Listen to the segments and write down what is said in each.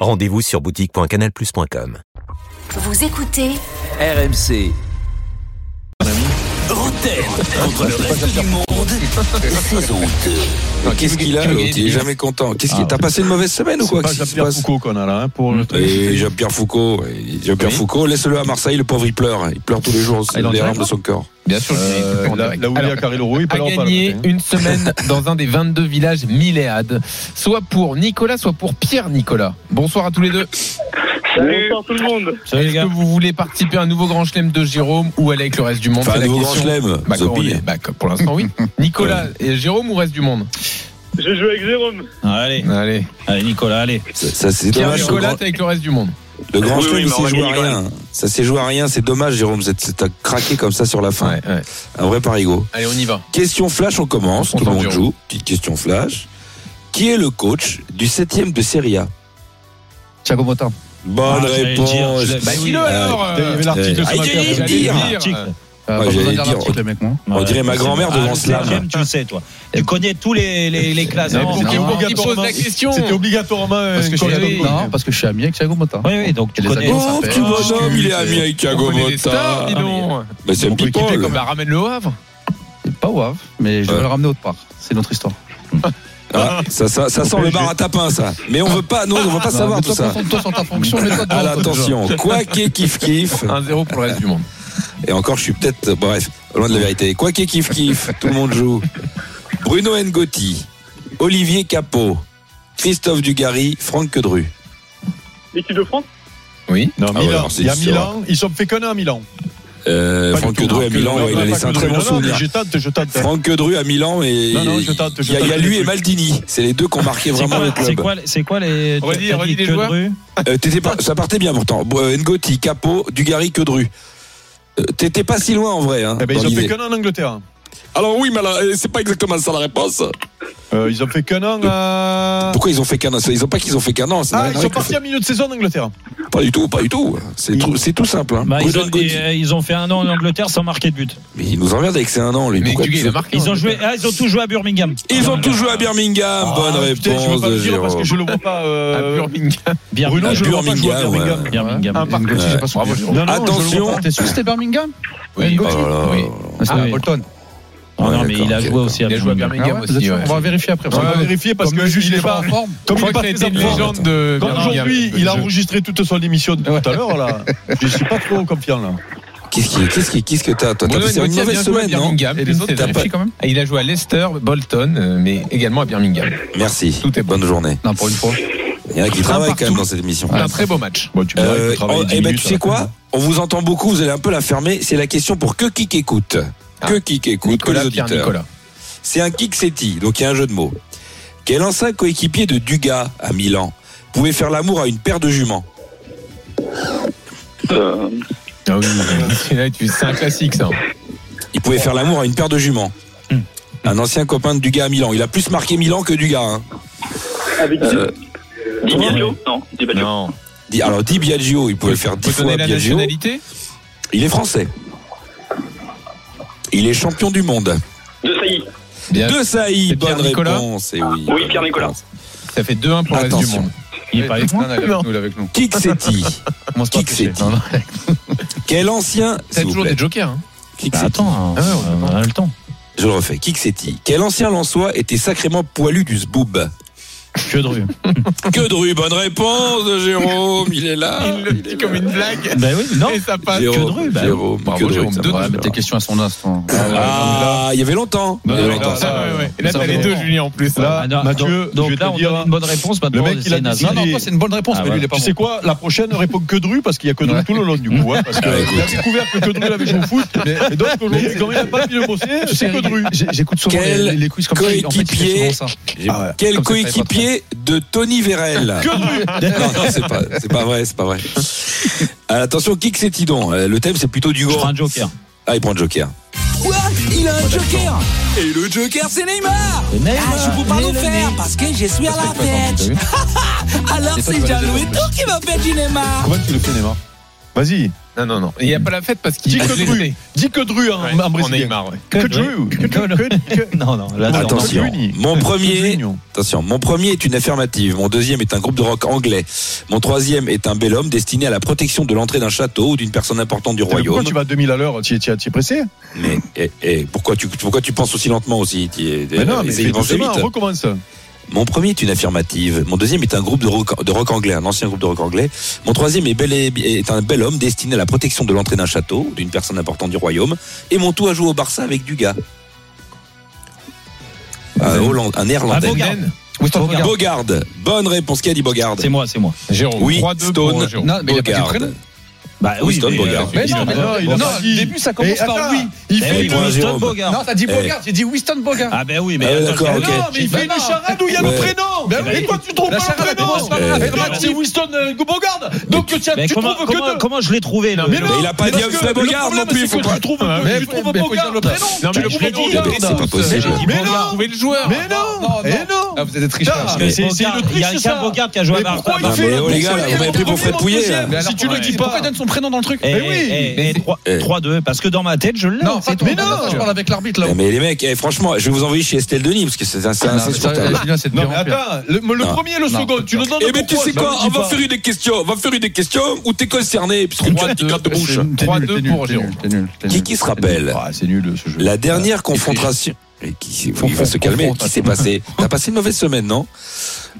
Rendez-vous sur boutique.canalplus.com. Vous écoutez RMC. Rotten contre le reste du monde, saison 2. Enfin, Qu'est-ce qu'il a l'autre Il est jamais content. Qu'est-ce qu'il Ah, T'as passé une mauvaise semaine ou quoi Qu'est-ce C'est pas qui se Jean-Pierre passe Foucault qu'on a là hein, pour le truc. Et Jean-Pierre Foucault, et Jean-Pierre Oui. Foucault, laisse-le à Marseille, le pauvre il pleure. Il pleure tous les jours, Ah, il en les pleure larmes de son corps. Bien sûr, je l'ai Euh, écouté en là, direct. là où il y a Alors, Carrero, il peut a leur gagné parler. une semaine dans un des 22 villages milléades, soit pour Nicolas, soit pour Pierre Nicolas. Bonsoir à tous les deux. Salut. Est-ce que vous voulez participer à un nouveau Grand Chelem de Jérôme ou aller avec le reste du monde Enfin, C'est la nouveau grand question. chelem, Bah, The quand on Bee. est- bah, quand- pour l'instant, oui. Nicolas et Jérôme ou reste du monde Je joue avec Jérôme. Allez, Allez. allez, Nicolas, allez. Ça, ça, c'est Pierre dommage. Nicolas, le t'es avec le reste du monde. grand- Le grand Oui, chelem, oui, il mais on s'est va joué à gagner quand rien. Ça s'est joué à rien, c'est dommage, Jérôme. c'est- c'est- T'as craqué comme ça sur la fin. Un vrai parigo. Allez, on y va. Question flash, on commence. On Tout le s'en monde tire. joue. Petite question flash. Qui est le coach du 7 de Serie A Thiago Motta. Bonne Ah, j'allais le dire, réponse. je l'avais Bah, oui, dis-le euh, alors Il y avait euh, l'article euh, sur ah, Internet. j'allais J'allais dire. le dire. euh, Ouais, pas besoin j'allais d'un dire. article, le hein. mec, moi. On dirait ma grand-mère devant le Slam. CRM, tu le sais, toi. Tu connais tous les, les, les classants. Mais C'était Oui, non, il pose la obligatoirement- question. C'était obligatoirement. Parce que je suis Nicolas ami- Coco. non, parce que je suis ami avec Thiago Motta. oui, donc tu Et les connais. amis, ça Oh, fait- petit bonhomme, il est ami avec Thiago On connaît des stars, Motta. dis donc. Bah, c'est un Ah, On peut équiper people. comme la ramène le Havre. Pas ouaf, mais je vais Ouais. le ramener autre part. C'est notre histoire. Ah, ça, ça, ça sent le bar à tapin, ça. Mais on veut pas, non, on veut pas savoir mais tout ça. Bah, toi, concentre-toi sur ta fonction, mais toi, Alors attention, quoi qu'est kiff kiff, 1-0 pour le reste du monde. et encore je suis peut-être, bref, loin de la vérité, quoi qu'est kiff kiff, tout le monde joue. Bruno Ngotti, Olivier Capot, Christophe Dugarry, Franck Quedru. L'équipe de France Ah Non, ouais, Milan. alors, c'est Il y a différent. Milan. Ils sont fait connard à Milan. Euh, Pas Franck du tout, Quedru à Marc Milan, Quedru. ouais, il a Non, pas laissé un Quedru. très Non, bon non, souvenir. Je tente, je tente. Franck Quedru à Milan, et Non, non, je tente, je il y a, tente il y a des lui et trucs. Maldini, c'est les deux qui ont C'est marqué vraiment quoi, le c'est club. quoi, c'est quoi les. Redis- t'as dit redis les que joueurs. Dru Euh, t'étais pas, ça partait bien pourtant. Euh, Ngotti, Capot, Dugarry, Quedru. Euh, T'étais pas si loin en vrai. Hein, Eh ben, dans ils ont l'idée. fait qu'un an en Angleterre. Alors oui, mais là, euh, c'est pas exactement ça la réponse. Euh, Ils ont fait qu'un an à. Pourquoi ils ont fait qu'un an Ça, Ils ont pas qu'ils ont fait qu'un an. ça n'a Ah, rien ils à sont voir avec partis à milieu de saison en Angleterre. le fait. Pas du tout, pas du tout. C'est tout, c'est tout simple. Hein. Bah, ils, Bruno ont, Guti. et, euh, ils ont fait un an en Angleterre sans marquer de but. Mais il nous emmerde avec c'est un an, lui. Mais Pourquoi Duguay, tu- il a marqué. Ils ont, joué, ah, ils ont tous joué à Birmingham. Ils ont tous joué à Birmingham. Bonne Ah, putain, je veux réponse pas de le dire parce Jérôme. que je le vois pas. euh, à Birmingham. Bruno, À je le vois pas jouer à Birmingham, Birmingham. Birmingham. Birmingham. Un parc- Ngotti, j'ai pas son Bravo, numéro. Jérôme. Non, non, Attention. je le vois pas. T'es sûr que c'était Birmingham Oui, Ngotti. Oh là là. oui. Ah, C'était Ah, à oui. Bolton. Oh non, Ouais, mais il d'accord, a ok, joué aussi à Il a joué à Birmingham. Birmingham Ah ouais, vous êtes aussi. sûr ouais. On va vérifier après. On va Parce que- vérifier parce Comme que le juge il est n'est pas pas. en forme. Comme il Je est crois pas que très c'était une en forme. légende de Comme Birmingham. aujourd'hui, il a enregistré toute son émission de tout à l'heure là. Je suis pas trop confiant là. Qu'est-ce qui, qu'est-ce qui, qu'est-ce que t'as Toi, t'as Bruno passé une Ngotti a bien mauvaise joué à semaine, non Birmingham. Et Et les autres, t'as pas- quand même Il a joué à Leicester, Bolton, euh, mais également à Birmingham. Merci. Tout est bon. Bonne journée. Non, pour une fois. Il y en a qui Un travaillent quand partout. même dans cette émission. Un très beau match. Bon, tu peux Euh, travailler oh, 10 eh ben, minutes, tu sais là. quoi On vous entend beaucoup, vous allez un peu la fermer. C'est la question pour que qui écoute Que qui écoute Que les Pierre auditeurs. Ah. Nicolas. C'est un kick-setti, donc il y a un jeu de mots. Quel ancien coéquipier de Duga à Milan pouvait faire l'amour à une paire de juments Ah oui, là, tu- c'est un classique ça. Il pouvait faire l'amour à une paire de juments. Hmm. Un ancien copain de Duga à Milan. Il a plus marqué Milan que Duga. Hein. Avec Euh, Di Biagio Non, Di Biagio. Non. Di- Alors, dit Biagio, il pouvait faire 10 Vous fois donnez la Biagio. nationalité Il est français. Il est champion du monde. De Sailly. Bien. De Saïd, Et Pierre bonne Nicolas réponse. eh oui, Oui, Pierre Nicolas. Ça fait 2-1 pour le reste du Attention. monde. Il est pas avec moi Non, il est avec Non. nous, il est avec nous. Kick-setti. Commence pas à Kick, c'est tricher. Non, non. Quel ancien. T'as s'il vous toujours plaît. des jokers. hein. Kick Bah, Setti. attends, Ah ouais, on on a le temps. Je le refais. Kikseti. Quel ancien Lançois était sacrément poilu du zboob Que Dru. Que Dru, bonne réponse de Jérôme, il est là. Il le dit comme une blague. Ben oui, non. Et ça passe. Jérôme, Que Dru, bah. Jérôme, Bravo, que Dru, Jérôme, ça deux me de- rappelle. Mettre tes questions à son instant. Ah, il y avait longtemps. Il y Ah avait ouais, longtemps. là, ouais, ouais. Et là, Ça, t'as les c'est deux, bon. Julien, en plus. Là, Ah, non, Mathieu, donc- je donc vais te là, on dire, donne une bonne réponse. Maintenant, mec, il a c'est naze. Non, décidé. non, toi, c'est une bonne réponse, Ah, mais lui, il est pas Tu sais quoi La prochaine répond que Dru parce qu'il y a que Dru Ouais. tout le long du coup. hein, parce qu'il Ouais, Bah, écoute. a découvert que que Dru l'avait joué au foot. Et donc aujourd'hui, comme il n'a pas fini de bosser, c'est que Dru. J'écoute souvent Quel les, les quiz comme ça. En fait, il fait coéquipier souvent ça. Quel Comme ça, il fallait pas pied de Tony Vérel. Non, non, c'est pas, c'est pas vrai, c'est pas vrai. Euh, attention, qui que c'est Tidon Euh, Le thème, c'est plutôt du Je prends gore. un joker. Ah, il prend le joker. Quoi Il a un joker Et le joker, c'est Neymar Ah, je peux pas le faire parce que je suis à la fête Alors C'est toi c'est qui vas Jean-Louis les Tour qui va faire du Neymar Comment tu le fais, Neymar Vas-y. Non, non, non. Il n'y a pas la fête parce qu'il Dis est que Dru. Dis que Dru en, en On est brésilien. marre, ouais. Que Dru. Que- que- que- Non, non, là, non. Attention, Bruni. mon premier, Bruni. attention, mon premier est une affirmative. Mon deuxième est un groupe de rock anglais. Mon troisième est un bel homme destiné à la protection de l'entrée d'un château ou d'une personne importante du Putain, mais royaume. Pourquoi tu vas à 2000 à l'heure Tu es, tu es- tu es pressé Mais eh, eh, pourquoi tu pourquoi tu penses aussi lentement aussi Tu es- Mais non, eh, mais essaye fais de penser doucement, vite. on recommence. Mon premier est une affirmative. Mon deuxième est un groupe de rock, de rock anglais, un ancien groupe de rock anglais. Mon troisième est, bel et- est un bel homme destiné à la protection de l'entrée d'un château ou d'une personne importante du royaume. Et mon tout a joué au Barça avec Duga. Un, Hollande- un néerlandais. Ah, Bogart. Winston Bogart. Bogard. Bonne réponse. Qui a dit Bogard C'est moi, c'est moi. Jérôme. Oui, 3-2 pour Stone. Jérôme. Non, mais il a pas dit le Bogard. prénom. Bah Winston mais, Bogart. euh, Mais il non, a- mais eh non, oui, il a non, pas au dit. début, ça commence Eh, par attends. oui. Il fait Eh, une point Winston Jérôme. Bogart. Non, t'as dit Bogart, j'ai dit Winston Bogart. Ah ben oui, mais Ah ouais, attends, d'accord, je- ok. Non, mais il fait une charade. où il y a Ouais. prénom Ben oui, toi, tu trouves La pas le prénom. charade, elle commence par Eh, la ben charade, non. c'est Winston euh, Bogard Donc tu, tiens- Mais tu comment, trouves que comment, deux. comment je l'ai trouvé là, Mais le- non, il a pas mais dit parce Humphrey que le Bogart problème, non plus, c'est faut que pas- Tu trouves, Mais tu faut- trouves mais faut Bogart dire le le prénom Non, mais Tu le trouves prénom, Bogart. c'est pas possible. Mais Mais non, non. trouver le joueur. Mais non Eh Mais non Ah, vous êtes des tricheurs. Putain, Mais- mais c'est c'est Bogart, une Il y a triche, un ça Bogart qui a joué à Mais Barça. pourquoi il Non, fait mais le oh, les gars, là, conseiller vous m'avez en pris pour premier, Fred en Pouillet, là. deuxième. Mais alors, Si tu le ouais. dis Pourquoi pas il donne son prénom dans le truc Eh, Mais oui, eh, eh, mais c'est- trois- eh. 3-2, parce que dans ma tête, je l'ai. Non, c'est pas tout. toi, Mais non. je parle avec l'arbitre là. Eh, mais les mecs, eh, franchement, je vais vous envoyer chez Estelle Denis parce que c'est un, c'est Ah, un- non, c'est mais ça, insupportable. Julien, c'est de Non, pire mais en pire. attends, le, le Non. premier et le Non, second, tu le donnes Eh ben tu sais quoi, Bah, on dis va pas. faire une questions, on va faire une questions où t'es concerné puisque tu as dit quatre bouches. 3-2 pour Jérôme. Qui qui se rappelle Ah, C'est nul ce jeu. La dernière confrontation. Et qui, Confron- il faut se calmer. confrontation. Qui s'est passé T'as passé une mauvaise semaine, non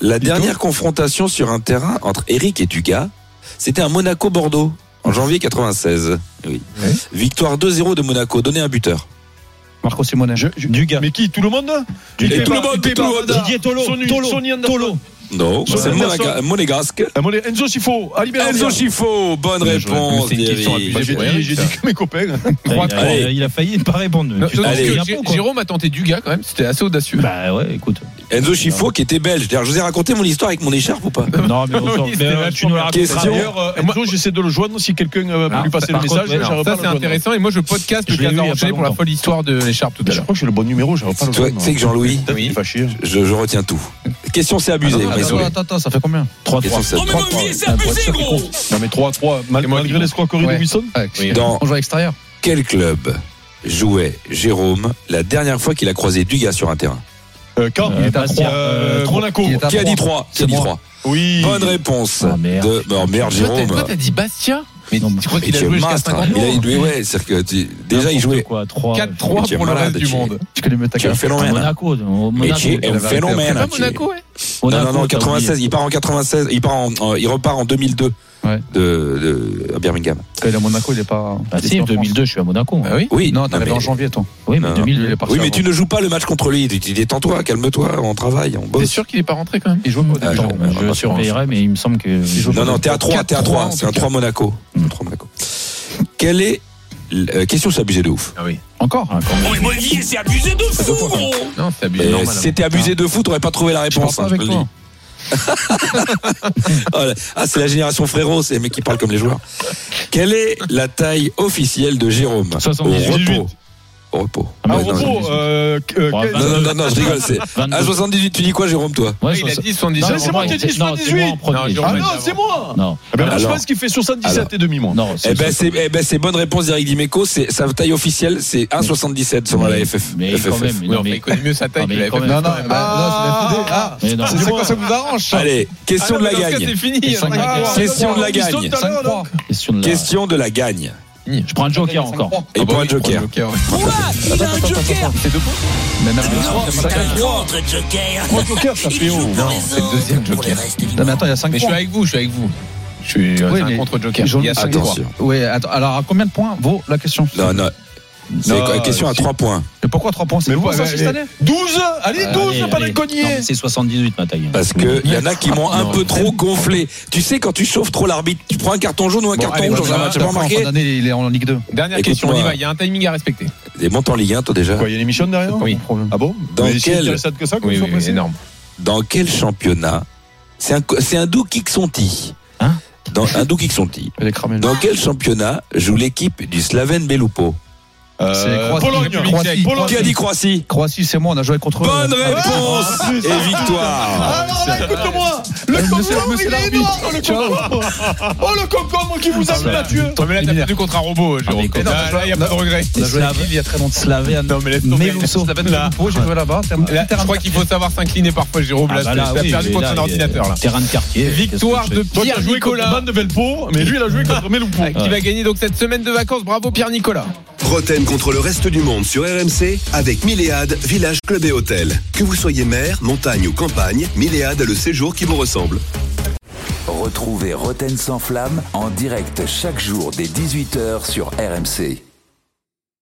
La dernière confrontation sur un terrain entre Eric et Dugas, c'était un Monaco-Bordeaux en janvier 96. Oui. Ouais. Victoire 2-0 de Monaco. Donnez un buteur. Marco Simonet. Dugas. Mais qui Tout le monde Et Didier tout le Bar- monde, Didier tout le Bar- monde. Didier Didier Tolo. Sony- Tolo. Sony and- Tolo. Non, Sur c'est la Monaca- personne. monégasque. Ah, mon- Enzo Sifo, Ali Belhanda. Enzo Chifo, bonne Mais j'aurais- réponse. mais c'est une d'Eric. question abusée. J'ai dit- j'ai dit que mes copains. Il a- 3-3. il a- Il a failli ne pas répondre. Non, Tu t'en non, parce Allez. que souviens Gé- pas, quoi. Jérôme a tenté Dugas quand même, c'était assez audacieux. Bah ouais, écoute. Enzo Chifo qui était belge. D'ailleurs, je vous ai raconté mon histoire avec mon écharpe ou pas Non, mais, on s'en- mais, Oui, c'était euh, la tu nous la racontes. question. D'ailleurs, euh, Enzo, j'essaie de le joindre si quelqu'un euh, peut Alors, lui passer le par contre, message. ouais, non, j'arrive pas à ça le c'est joindre. intéressant et moi je podcast Je le l'ai vu il y a 15 pas enchaîné pour la longtemps. folle histoire de l'écharpe tout Mais à Je l'heure. crois que j'ai le bon numéro, j'arrive pas à le Tu vois, joindre. tu sais que Jean-Louis, Il est fâché. je, je retiens tout. Question, c'est abusé. Ah Attends, désolé. attends, attends, attends, ça fait combien 3-3. Question, c'est- Oh mais mon vieux, c'est abusé gros Non, mais 3-3, mal- Et moi, malgré l'escroquerie Ouais. de Wilson. Oui. Dans On joue à l'extérieur. Quel club jouait Jérôme la dernière fois qu'il a croisé Dugas sur un terrain Euh, Quand Il est à Euh, trois. euh, Monaco. Ah Il est à Qui a dit trois. 3 Qui a dit moi. 3 Oui. Bonne réponse Ah, merde. de oh, merde Toi, t'as- Jérôme. Toi t'as dit Bastia Mais Non, mais- tu crois Et qu'il a tu es joué jusqu'à mastre. 50 Il a ans dit, ouais, c'est que tu- déjà il jouait. Quoi, 3. 4-3 tu es pour le malade, reste du tu es- monde. Tu connais mieux ta Tu es un carte. phénomène. hein. Monaco. au Mais Monaco. tu es un C'est phénomène. pas hein, tu es- Monaco, ouais Non, Monaco, non, non, t'as 96. oublié. Il part en 96. Il part en, en- il repart en 2002 Ouais. de, de- à Birmingham. Quand il est à Monaco, il est pas. Bah il est si, pas en France. 2002, je suis à Monaco. Bah oui. Oui. Non, t'arrives mais- en janvier, toi. Oui, Non, mais non. 2002, Il est parti. Oui, mais tu ne joues pas le match contre lui. Tu- tu- Détends-toi, calme-toi, on travaille, on T'es bosse. sûr qu'il est pas rentré quand même Il joue Ah, non, non, Je non, surveillerai, mais il me semble que. Non, non, t'es à 3, t'es à 3. C'est un 3 Monaco. Un 3 Monaco. Quel est. l- euh, question, c'est abusé de ouf. Ah oui. Encore Oh mon vieux, c'est abusé de fou gros Non, c'est Euh, abusé. normal. si c'était abusé de fou, t'aurais pas trouvé la Je parle réponse. pas hein, je avec te le toi. dis. Oh là- ah, c'est la génération frérot, c'est les mecs qui parlent comme les joueurs. Quelle est la taille officielle de Jérôme 78. Au repos. Au repos. Ah, Ouais, non, au repos, euh, euh, Bon, quel- Non, non, non, non, je rigole. C'est... À 22. 78, tu dis quoi, Jérôme, toi Ouais, Il a soixante- dit 78. Non, c'est moi qui ai dit non, c'est moi en 78. premier. Non, Jérôme, Ah non, Alors. c'est moi Non, Eh ben, moi, Je Alors. pense qu'il fait 77 et demi, moi. non, eh ben, c'est, eh ben, c'est bonne réponse d'Eric Dimeco. C'est, sa taille officielle, c'est 1,77 selon la FF. Mais quand même, mais Oui, non, enfin, mais il connaît mieux sa taille Ah, que mais la quand FFF. même. Non, non, eh ben, là, c'est la FD. Ah, Mais non. c'est c'est quoi ça vous arrange Allez, question de la gagne. C'est fini. Cinq- Ah, ouais, Question de la ouais, gagne. Christophe, tout à l'heure, là. question de la- Question de la Ah gagne. Je prends un joker encore. Et Ah bah pour un oui, joker. prends ouais. Quoi Il a un joker Mais merde, mais- Non, c'est un contre joker Trois jokers, ça Il fait haut. joue pour c'est le les deuxième autres, pour le joker. reste du Non, mais monde attends, il y a 5 Mais je suis points. avec vous, je suis avec vous. Je suis c'est Oui, un mais- contre-joker. Jean- Il y a cinq Attention. points. Oui, attends, alors à combien de points vaut la question Non, non. C'est Non, quoi, question à si. 3 points. Mais pourquoi 3 points C'est Mais nouveau, pourquoi ça, elle cette est- année 12 Allez, Allez, 12, pas allez. les Non, cogner mais C'est 78 ma taille. Parce que il y en a qui m'ont un peu trop gonflé. Tu sais, quand tu chauffes trop l'arbitre, tu prends un carton jaune ou un Bon, carton allez, rouge voilà, dans un match. t'as J'ai pas fait en fin remarqué d'année, il est en Ligue 2. Dernière Écoute-moi. question, on y va. Il y a un timing à respecter. Des montes en Ligue 1, toi déjà. Quoi, il y a l'émission derrière Oui. Ah bon Dans Mais si quel- intéressant que ça, qu'on Oui, soit oui, pressé. énorme. Dans quel championnat C'est un, co- c'est un doux Kiksonti. Hein Dans un doux Kiksonti. Elle est cramée. Dans quel championnat joue l'équipe du Slaven Belupo C'est Croatie, Pologne, République tchèque. Pologne. Croatie. Qui a dit Croatie Croatie, c'est moi, on a joué contre Bonne eux. réponse et victoire Alors là, Ah, écoute-moi Le monsieur- concombre, il monsieur est l'arbitre. énorme le concombre Oh le concombre qui vous a mis la tueuse mais là, t'as plus contre un robot, Jérôme. mais écoute, Là, il n'y a pas de regret. On a joué avec Lille il y a très longtemps. Slavé. Non, mais laisse Mais tomber. vous Ça va sauvez te faire là. un J'ai joué là-bas. c'est un petit Là, je terrain. crois qu'il faut savoir s'incliner parfois, Jérôme. Ah, Là, bah là, t'as oui, perdu mais contre là, un il est ordinateur. là. Terrain de quartier. Victoire Qu'est-ce de que Toi, t'as Pierre joué contre Nicolas, Van de Velpo, mais lui, il a joué contre Meloupo. qui va gagner donc cette semaine de vacances. Bravo Pierre Nicolas. Roten contre le reste du monde sur RMC avec Milléade, village, club et hôtel. Que vous soyez mer, montagne ou campagne, Milléade a le séjour qui vous ressemble. Retrouvez Roten sans flamme en direct chaque jour dès 18h sur RMC.